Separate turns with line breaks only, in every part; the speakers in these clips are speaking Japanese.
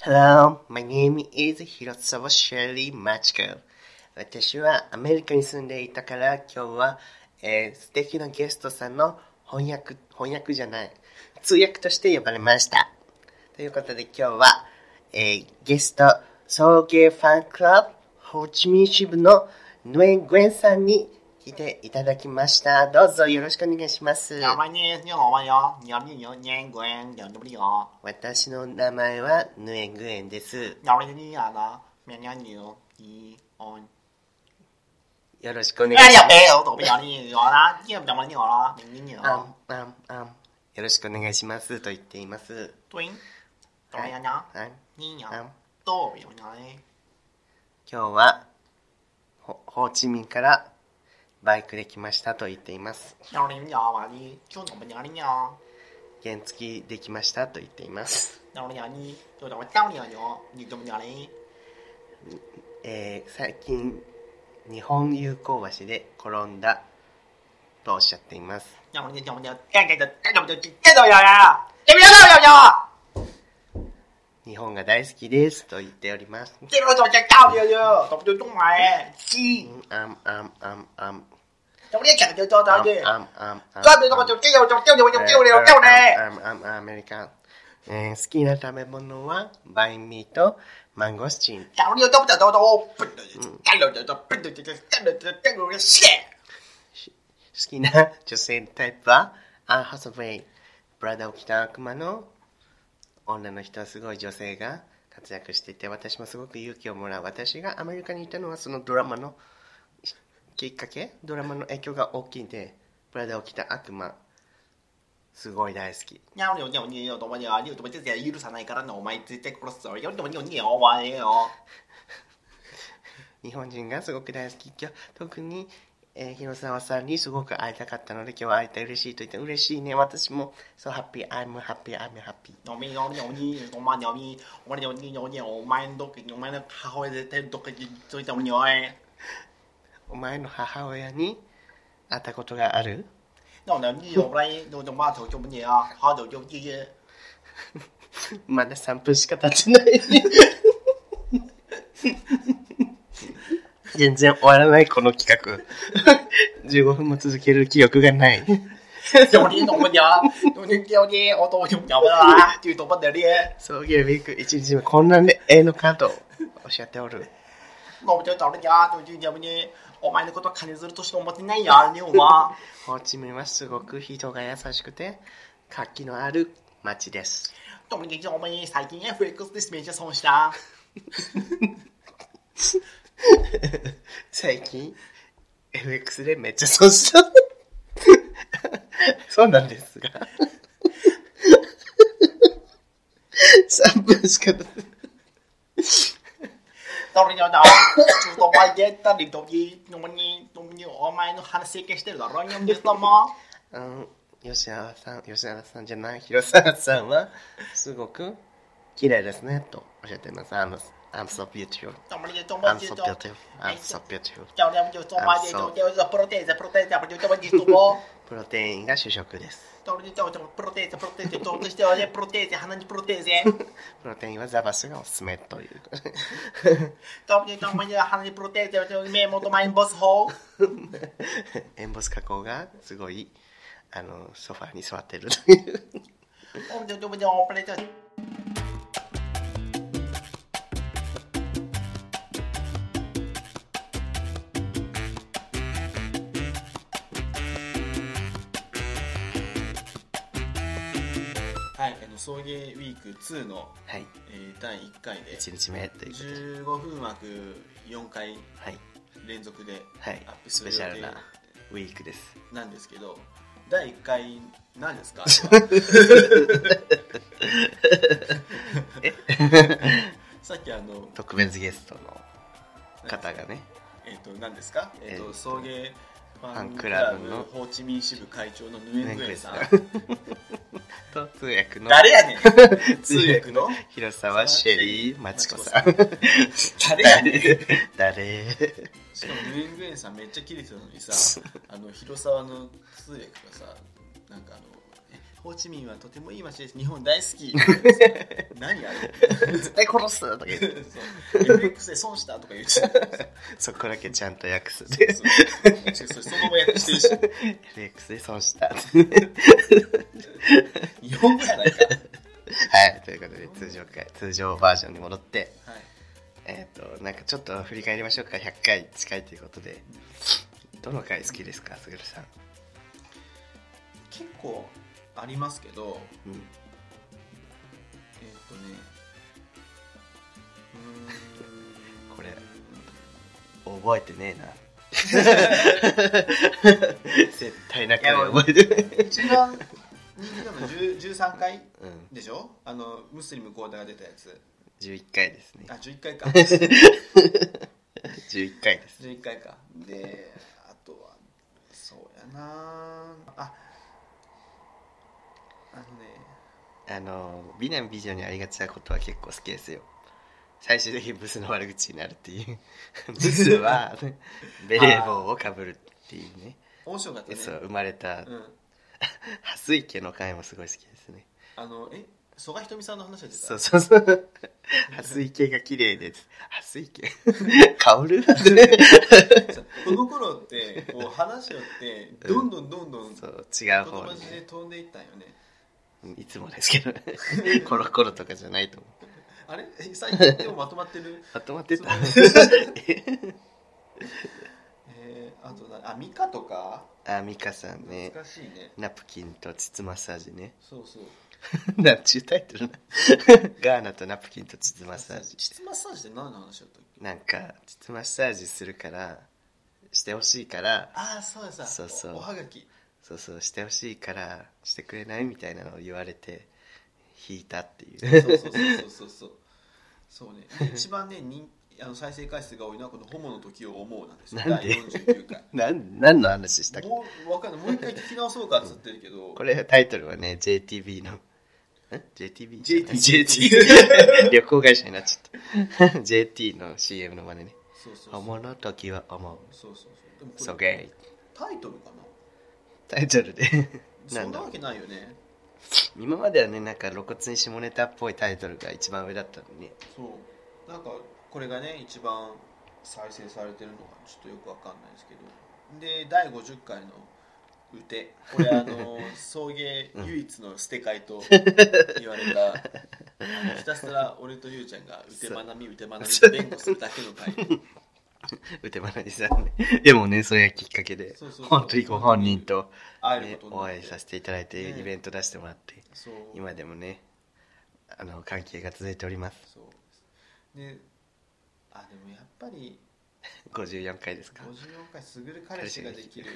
Hello, my name is 広沢 Sherry Magical. 私はアメリカに住んでいたから今日は、えー素敵なゲストさんの翻訳、翻訳じゃない、通訳として呼ばれました。ということで今日は、えーゲスト、送迎ファンクラブ、ホーチミン支部のヌエン・グエンさんに来ていただきました。どうぞよろしくお願いします。
两万年，你好万呀，两万年年关两不里啊，
私の名前はヌエン・グエンです。
两万年呀啦，明年牛一嗯，
よろしくお願いします
哎呀。没有都不要你牛啦，你也不要你牛啦，明年牛
あんあんあんよろしくお願いしますと言っています。
对，怎么样呢？
あん
你
あん
呀都不要你，
今日はホホーチミンからバイクで来ましたと言っています。
两万年哇你就那么娘的呀，
原付きできましたと言っています。
两万年你就那么当娘牛，你怎么娘的？
えー最近日本友好橋で転んだとおっしゃっています。
两万年两万年干干的干怎么就干到呀呀？这边要要要，
日本が大好きですと言っております。
这边就干到要要，怎么就中来？鸡，
あんあんあんあん
怎么也干就到
あ
到
ん
的。
あんあんあん
专门那个就这样就这样就这
Ờ,
样这样嘞。
アメリカ、えー好きな食べ物はバインミーとマンゴスチン。
假如你都不得到的，我不得干了就不得就干了就干了就谢。
好きな女性のタイプはアン・ハサウェイ。ブラダを着た悪魔の女の人はすごい女性が活躍していて私もすごく勇気をもらう。私がアメリカにいたのはそのドラマのきっかけドラマの影響が大きいんで、ブラダを着た悪魔、すごい大好き。
娘牛牛牛多么牛牛多么这些一路上来からのお前絶対殺すぞ。牛多么牛牛我えよ。
日本人がすごく大好き今日特に、えー広沢さんにすごく会いたかったので今日は会えて嬉しいと言って嬉しいね私も so happy I'm happy I'm happy
牛咪牛牛牛多么牛咪，我牛牛牛牛お前どけお前の母親絶対どけついても牛え。
お前の母親に会ったことがある
牛牛牛我来牛牛妈头就不牛，好头就爷爷。
まだ3分しか経ってない全然終わらないこの企画15分も続ける記憶がない
牛牛多么牛牛牛牛牛我多牛牛啦，牛多么牛咧。
送迎ウィーク1日目こんなに絵のカードをおっしゃっておる
我们就找人家，就就要不你，お前のことは金づるとしか思ってないやんね、お前。
ホーチミンはすごく人が優しくて活気のある街です。
でも、お前、最近 FX でめっちゃ損した。
最近 FX でめっちゃ損した。そうなんですが。3分しか経って
どれだだ、ちょっとお前、ゲッタリドギ、のに、のに、お前の話整形してるだろ、におさま。
うん、吉原さん、吉原さんじゃない、広沢さんはすごく綺麗ですねとおっしゃっています。I'm, I'm so beautiful.
でも、でも、
I'm
で
so
も、
beautiful. I'm so beautiful.
じゃあ、でも、でも、お前、でも、プロテーゼ、プロテーゼ、プロテーゼ、プロテーゼ、プロ
プロテインが主食です。
テーゼ、プロテーゼ、プロテーゼ、どうしてはね、プロテーゼ、鼻にプロテーゼ。
プロテインはザバスがおすすめということで。
どうしてお前、鼻にプロテーゼ、目元前にボスホー。
エンボス加工がすごいあのソファーに座ってるという
でも、でも、でも、プレート。はい、あの送迎ウィーク2の、
はい
えー第1回で
1日目ということで
15分枠4回
はい
連続で
はい
アップ
ス
す
ペ
る
シャル
予
なウィークです
定なんですけど第1回何です か さっきあの
特別ゲストの方がね
えっ、と何ですかえっ、
えー
と
と
送迎ファ
ン
ンク
ク
ラ
ラ
ブ
ブ
の
の
ホーチミン支部会長のヌエングエンさん
ヌエングと通訳の
誰やねん通訳 の
広沢シェリーマチコさん
誰やねん
誰
しかもヌエングエンさんめっちゃキレてたのにさあの広沢の通訳がさなんかあのえ
ホーチミンはとてもいい街です日本大好き何あれ
絶対殺すとか言って
そう FX で損したとか言っちゃう
そこだけちゃんと訳すで
そうそれそのまま訳してるし
FX で損したは
日本語やないか
いということで通常回通常バージョンに戻って
はい
えっ、となんかちょっと振り返りましょうか100回近いということでどの回好きですかすぐるさん、
結構ありますけど
うん、
えーっ、とねうーん
これ覚えてねえな 絶対中身覚えてない
一番人気なの10 13回
うん
でしょあのムスリムコーダが出たやつ
11回ですね
あ11回か11
11回です
回かであとはそうやなああのね
あの美男美女にありがちなことは結構好きですよ最終的にブスの悪口になるって いうブス はベレー帽をかぶるっていうね
面白かったね
そう生まれた
うん
蓮池の回もすごい好きですね
あのえ曽我ひとみさんの話は出た
そうそうそう蓮池が綺麗です蓮池香る
さこの頃ってこう話をって
うん
どんどんどんどん
そ
言
う違う方
葉
に
尻で飛んでいったんよね
ねいつもですけど コロコロとかじゃないと思う
あれえ最近でもまとまってる
まとまってた
えー、あとなあミカとか
あ美香さんね
懐かしいね
ナプキンと膣マッサージね
そうそう
なんちゅうタイトルなガーナとナプキンと膣マッサージ
質マッサージって何の話だったっけ
なんか膣マッサージするからしてほしいから
ああそうやさ
そうそう
おおはがき
そうそうしてほしいからしてくれないみたいなのを言われて引いたってい
そううそうそうそうそうそうね一番 ね人あの再生回数が多いのはこの「ホモの時を思う」なんですよ
なんで
第49回
なん何の話したっけ
もう分かんないもう一回聞き直そうかっつってる けど
これタイトルはね JTB のん JTB?
JT
JT 旅行会社になっちゃった JT の CM の真似ね
そうそうそう
思うの時は思う
そうそうそうでもこ
そ
れ
げい
タイトルかな
タイトルで
そんなわけないよね
今まではねなんか露骨に下ネタっぽいタイトルが一番上だったのに
そうなんかこれがね一番再生されてるのがちょっとよくわかんないですけどで第50回の「うて」これあ の送迎唯一の捨て会と言われた、あのひたすら俺とゆうちゃんが「うてまなみうてまなみ」って弁護するだけの会
うてまなりさんねでもねそれがきっかけで
そうそうそう
本当にご本人と、
会え
ね
る、こと
お会
になっ
い
て
させていただいて
ね
イベント出してもらって
そう
今でもねあの関係が続いております
そうであでもやっぱり
54回ですか
54回すぐる彼氏がで きる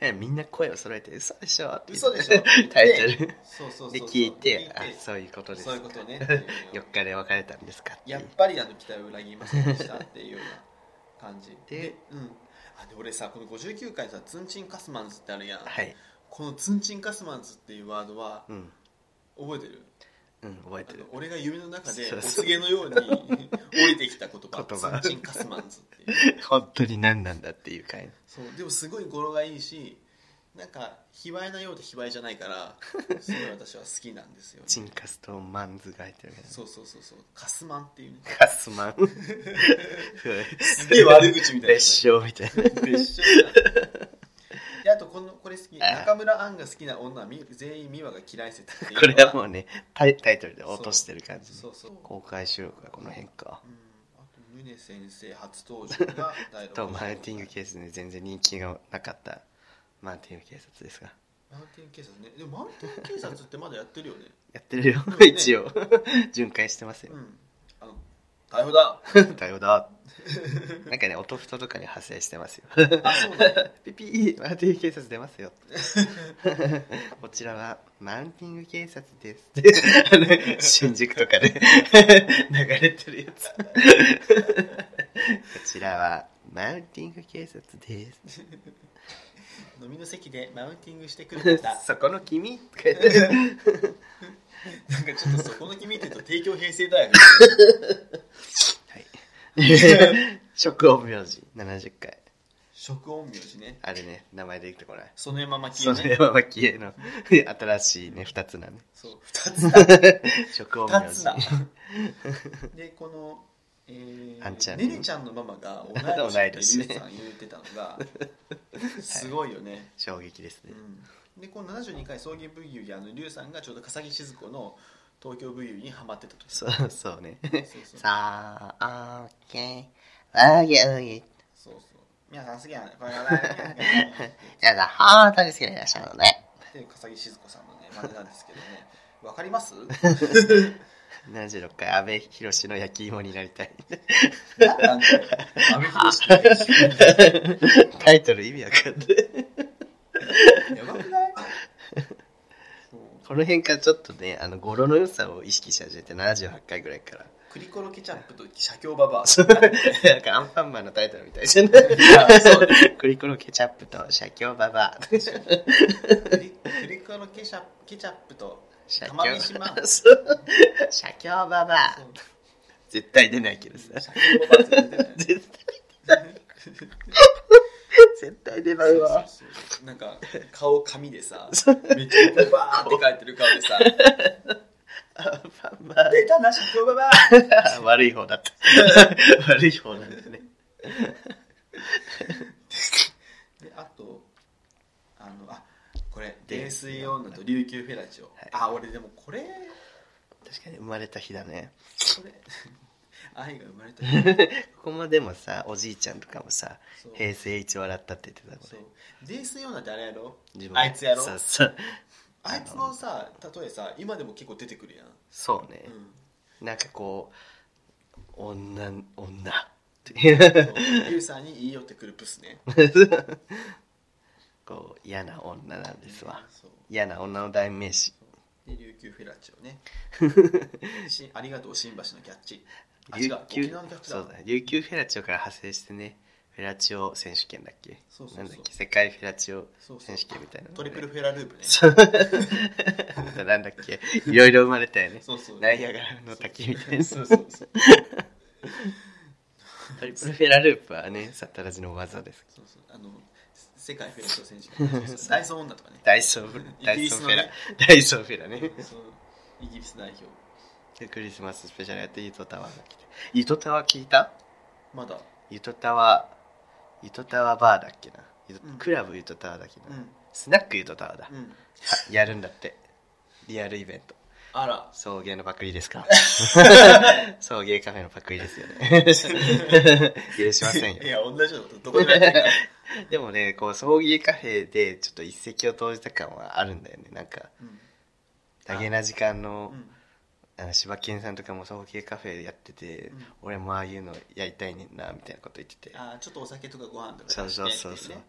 えみんな声を揃えて嘘でしょって
嘘でしょ
タイトル
でそうそうそうそう
で聞いてあ
聞いて
そういうことです
そう
か
いうことねって いうの
4日で別れたんですかってい
や
う
っぱりあの期待を裏切りませんでしたっていうような感じ
で
うん、あで俺さこの59回さ「ツンチンカスマンズ」ってあるやん、
はい
この「ツンチンカスマンズ」っていうワードは
うん
覚えてる
うん覚えて
あの
る
俺が夢の中で
そう
お
そう
告げのよ うに降りてきた言葉
言
ツ
葉
ンチンカスマンズ」っていう
本当に何なんだっていう回
そうでもすごい語呂がいいしなんか卑猥なようで卑猥じゃない からすごい私は好きなんですよ、ね、
チンカスとマンズが入ってるから
そうそうそうそうカスマンっていうね
カス マン
すげえ悪口みたいな
別称みたいな
別所だであとこのこれ好き
ああ
中村アンが好きな女はみ全員美和が嫌い説っていう
これはも
う
うねタイタイトルで落としてる感じ
そうそう、うん、
公開収録がこの辺か
あと宗先生初登場が第6
とマーティング警察ね全然人気がなかったマーティング警察ですが
マウンティング警察ねでもマウンティング警察ってまだやってるよね
やってるよ、
うん ね
一応巡回してますよ
うんあの逮 捕だ
だよだなんかね音太とかに派生して ますよ
あそうだね
ピピーマウンティング警察出ます よこちらはマウンティング警察ですってあの 新宿とかで流れてるやつ こちらはマウンティング警察です
飲みの席でマウンティングしてくる 方
そこの君とか言って
なんかちょっとそこの君って言うと帝京平成大学
はい職業名字70回
食音名字ね
あれね名前出てこない
その山巻
そ
家
れ
ね
は脇への 新しいね2つなね
そう2つだ
食音名
2つ
字
だ でこのえー
あんちゃん
ねるちゃんのママ が同い
同
年
い
って
年
ゆ
ね
うさん言ってたのがすごいよね、
衝撃ですね
うん、でこの72回送迎ブギウギあのリュウさんがちょうど笠木静子の東京ブギウギにハマってた時
そうそうね
そうそう
さあ OK わぎゅうぎ
そうそう皆さん好きやねこれが
皆さん本当に好きでいらっしゃるのね
で笠木静子さんのね真似なんですけどねわかります
76回阿部寛の焼き芋になりたい
なんか阿部寛って
タイトル意味わかんない
やば くないそう
この辺からちょっとねあの語呂の良さを意識し始めて78回ぐらいから
クリコロケチャップと写経バ バア
なんかアンパンマンのタイトルみたいじゃない
そう
クリコロケチャップと写経ババア
クリクリコロケチャケチャップと
写経
玉三島
そう 写経ババア
そう
絶対出ないけどさ
写経ババアって出てない
絶対絶対出ないわ
そうそうそうなんか顔紙でさめっちゃバーって書いてる顔でさ「
アンパンマン
出たなしこばば」
あ 悪い方だった 悪い方なんですね
であとあのあこれ「
泥
泥
酔
水女と琉球フェラチオ」
はい
あ俺でもこれ
確かに生まれた日だね
これ愛が生まれた日
ここまでもさおじいちゃんとかもさ
そう
平成一笑ったって言ってたも
そ
ん
う
ね
泥水女ってあれやろ
自
あいつやろ
そうそう
あいつのさ例えさ今でも結構出てくるやん、
そうね、
うん
なんかこう女女 って
そうユウさんに言い寄ってくるブスね
こう嫌な女なんですわ
そう
嫌な女の代名詞
で琉球フェラチ オねしありがとう新橋のキャッチあ違う沖縄のキャッチだ
そうだ琉球フェラチオから派生してねフェラチオ選手権だっけ
そうそうそ
な
う
んだっけ世界フェラチオ
そうそ
選
う
手権みたいなのね
トリプルフェラループね
そう なんだっけいろいろ生まれたよね
そうそう
ナイアガラの滝みたいな
そうそうそう
トリプルフェラループはねサタラジの技です
そうそうあの世界フェラチオ選手権ダイソー女とかね
ダイソーダ
イギ
イ
リ
ソー
ス
フ
の
ェラ
ね
ダイソーフェラね
そうイギリス代表
でクリスマススペシャルやって糸タワーが来て糸タワー聞いた
まだ
糸タワー糸タワーバーだっけな、糸
うん
クラブ糸タワーだっけ
う
な、
ん
スナック糸タワーだ、
うん
あやるんだってリアルイベント
あら
送迎のパクリ ですか送迎カフェのパクリですよね許しませんよ
いや同じようなことどこでもやって るから
でもねこう送迎カフェでちょっと一石を投じた感はあるんだよねなんか
うん
ダゲな時間の
うん
あの柴犬さんとかも送迎カフェやってて、
うん
俺もああいうのやりたいねんなみたいなこと言ってて
あーちょっとお酒とかご飯とか
そうそうそう
して
そう
ね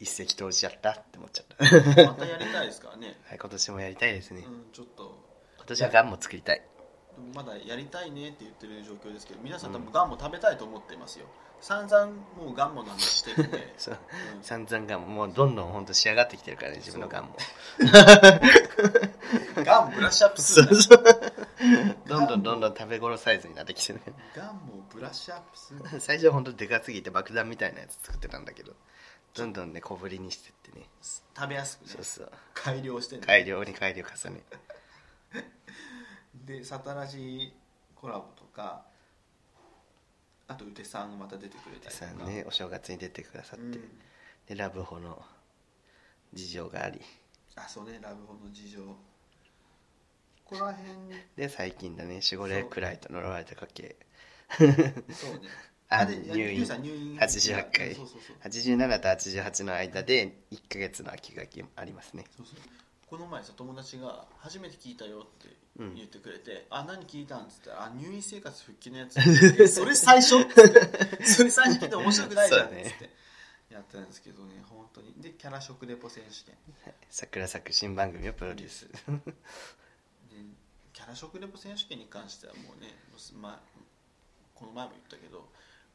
一石投じちゃったって思っちゃった
またやりたいですからね
はい今年もやりたいですね、
うんちょっと
今年はガンも作りたい
でもまだやりたいねって言ってる状況ですけど皆さん多分ガンも食べたいと思ってますよ、散々もうガンもの話してるんで、
そう
うん
散々ガンももうどんどん本当仕上がってきてるからね自分のガンも
ガンブラッシュアップするな
どんどんどんどん食べ頃サイズになってきてる
ガンもブラッシュアップする な
最初は本当でかすぎて爆弾みたいなやつ作ってたんだけどどんどんね小ぶりにしてってね
食べやすくね
そうそう
改良してね
改良に改良重ね
でサタラジコラボとかあとうてさんがまた出てくれたり
さ
と
あ
か、
ねお正月に出てくださっ
うん
て、でラブホの事情があり
あそうねラブホの事情ここら辺
で最近だね守護霊くらいと呪われた家系
そうね
あ
で
入院
リュウさん入院
88回
そうそうそう
87と88の間で1ヶ月の空きがありますね
そうそうこの前さ友達が「初めて聞いたよ」って
うん
言ってくれて「あ何聞いたん?」っつったら「あ入院生活復帰のや つ」えそれ最初?」っ つって「それ最初聞いて面白くないじゃん」っ
そう
つ
だ
っ
ね
て、やってたんですけどね本当にでキャラ食レポ選手権
桜咲く新番組をプロデュー ス
でキャラ食レポ選手権に関してはもうね、もうすま、この前も言ったけど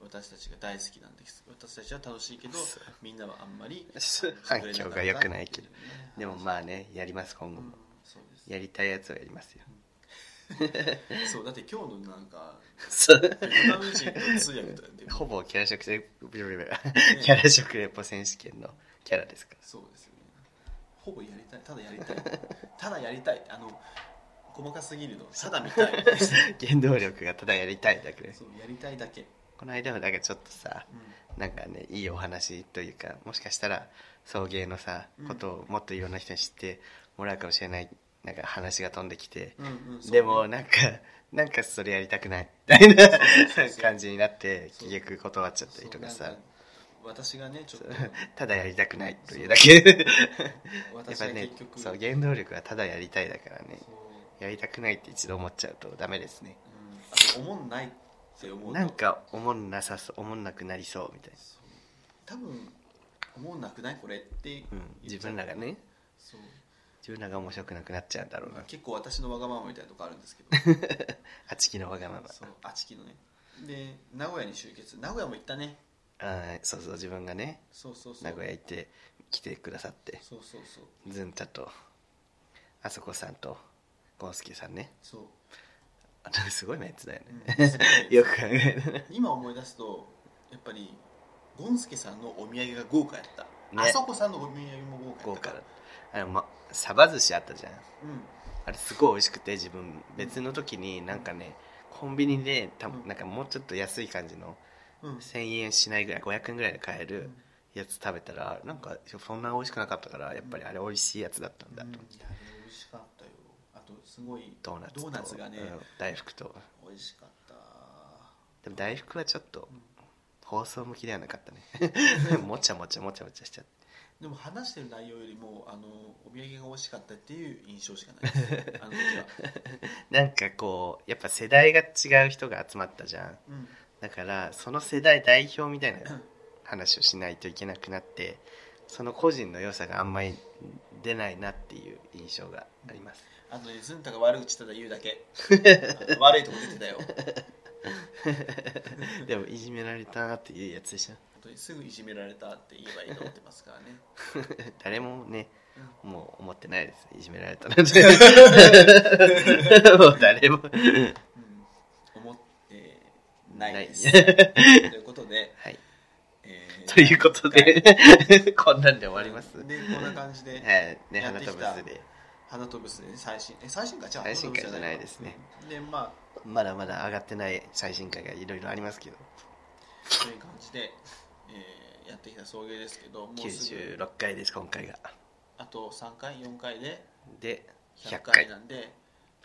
私たちが大好きなんです私たちは楽しいけど
そう
みんなはあんまり
そう反響が良くないけど
ね
でもまあねやります今後
うん
も
そうです
やりたいやつをやりますよ
そうだって今日のなんか
そう
ベトナム人と通訳とやって る
ほぼキャラ食レポビリビリビ リキャラ食レポ選手権のキャラですか
そうですよねほぼやりたいただやりたいただやりたいあの細かすぎるのただ見 たい
ら原動力がただやりたいだけです
そうやりたいだけ、
この間もなんかちょっとさなんかねいいお話というかもしかしたら送迎のさ
うん
ことをもっといろんな人に知ってもらうかもしれないなんか話が飛んできて
うん、うんうんそ う
でもなんかなんかそれやりたくないみたいな
そう そう
感じになって
そう
結局断っちゃった
そう
りとか
なん
さ
か私がねちょっと
ただやりたくないというだけ やっ
私
ぱ
が
ね
結局
そう原動力はただやりたいだからね
そう
やりたくないって一度思っちゃうとダメですね
うんあと思んないって思うと
なんか思んなさそう思んなくなりそうみたいな
そう多分思んなくないこれって、
うん自分らがね
そう
自分らが面白くなくなっちゃうんだろうな
結構私のわがままみたいなとこあるんですけど
あちきのわがまま
そうあちきのねで名古屋に集結名古屋も行ったね
あーそうそう自分がね
そうそうそう
名古屋行って来てくださって
そうそうそう
ズンタとあそこさんとゴンスケさんね
そう、
あとすごいメンツだよね、
うんすごい
よく考えたら
今思い出すとやっぱりゴンスケさんのお土産が豪華やった、
ね
あそこさんのお土産も豪
豪
華
華
や
だ
っ
あの、ま、サバ寿司あったじゃん
たう
あれすごい美味しくて自分別の時になんかねコンビニでた
うん
なんかもうちょっと安い感じの
んうん
1000円しないぐらい500円ぐらいで買え
う
る
ん
やつ食べたらなんかそんな美味しくなかったからやっぱりあれ美味しいやつだったんだ
うんい
と
やあれ美味しかったよあとすごい
ドーナツと
ドーナツがね
うん大福と
美味しか った
でも大福はちょっと
ん
放送向きではなかったね もちゃもちゃもちゃもちゃしちゃって
でも話してる内容よりもあのお土産が美味しかったっていう印象しかないですあの時は、
なんかこうやっぱ世代が違う人が集まったじゃん
うん、
だからその世代代表みたいな話をしないといけなくなってその個人の良さがあんまり出ないなっていう印象があります
あとねズンタが悪口ただ言う だけあの悪いとこ出てたよ本
でもいじめられたなっていうやつでしょ
当にすぐいじめられたって言えばいいと思ってますからね
誰もねもう思ってないですいじめられた なんて もう誰も
うん、思ってないです。
な
という ことで、
はい
えー
ということでこんなんで終わります
で、こんな感じで、
はいね
やっ
花
て
と
き
ブ
た
スで
花飛ぶすね、最新、え、最新かじゃあ、
最新回じゃない
花
で
飛ぶ
すね
じゃないか。で、ま
まだまだ上がってない最新回がいろいろありますけど
あ、そういう感じで、えーやってきた送迎ですけど、もうすぐ、
96回です今回が
あと3回、4回で
で100
100
回
回なんで、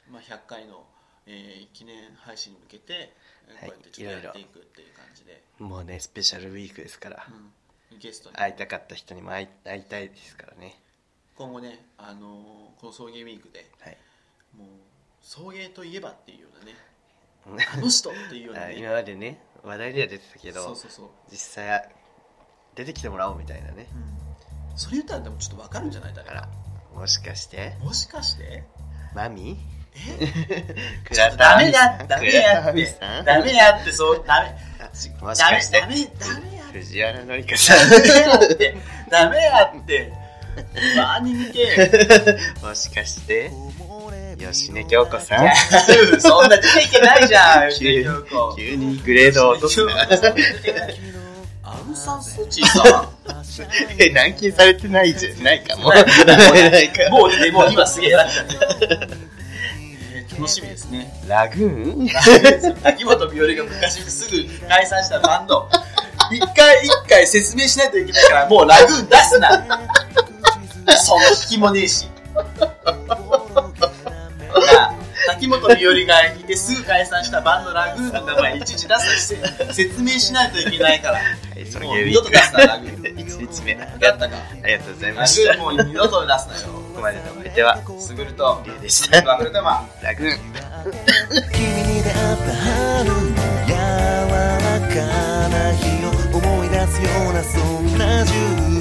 まあ、100回の、えー記念配信に向けて、えー
はい
こうやってちょっとやっていくっていう感じで、
もうねスペシャルウィークですから
うん、ゲストに
会いたかった人にも会い会いたいですからね
今後ね、あのーこの送迎ウィークで、
はい
もう送迎といえばっていうよう なねあの人っていうようなね
今までね話題では出てたけ
そう
ど
そうそう、
実際出てきてもらおうみたいなね
うん、それ言ったらでもちょっとわかるんじゃないだ
あ
から
もしかして
もしかして
マミ
え
ク
ちょっとダメだダメやっ
ミ
て
さん
ダメやってそうダメ
もし
ダメ
かして
ダメダメやって
藤原紀香さ
ダメやってダメやってマーニング ゲ
んもしかして
吉
芳
根
根
京
京
子
子
さん
さん
ームそんな出ていけないじゃん
急に
京子
急にグレードを落とす な
アウンサンスーチーさん
え軟禁されてないじゃないかもないか
もう出てもう今すげえ偉くなってるえー楽しみですね
ラグーン
秋元美織が昔すぐ解散したバンド一回一回説明しないといけないからもうラグーン出すなそんな引きもねえしなあ秋元美織がいてすぐ解散したバンドラグーンの名前いちいち出すなせ説明しないといけないから
はいそれ
もう
ゲ
二
リ
度と出すなラグーン
1日目あ
やったか
りがとうござい
ラ
ま
グ
した
ーンもう二度と出すな よ
ここまでのお相手は
すぐると
リュウでした
ワフル玉
ラグーン
君に出会った春の柔らかな日を思い出すようなそんな10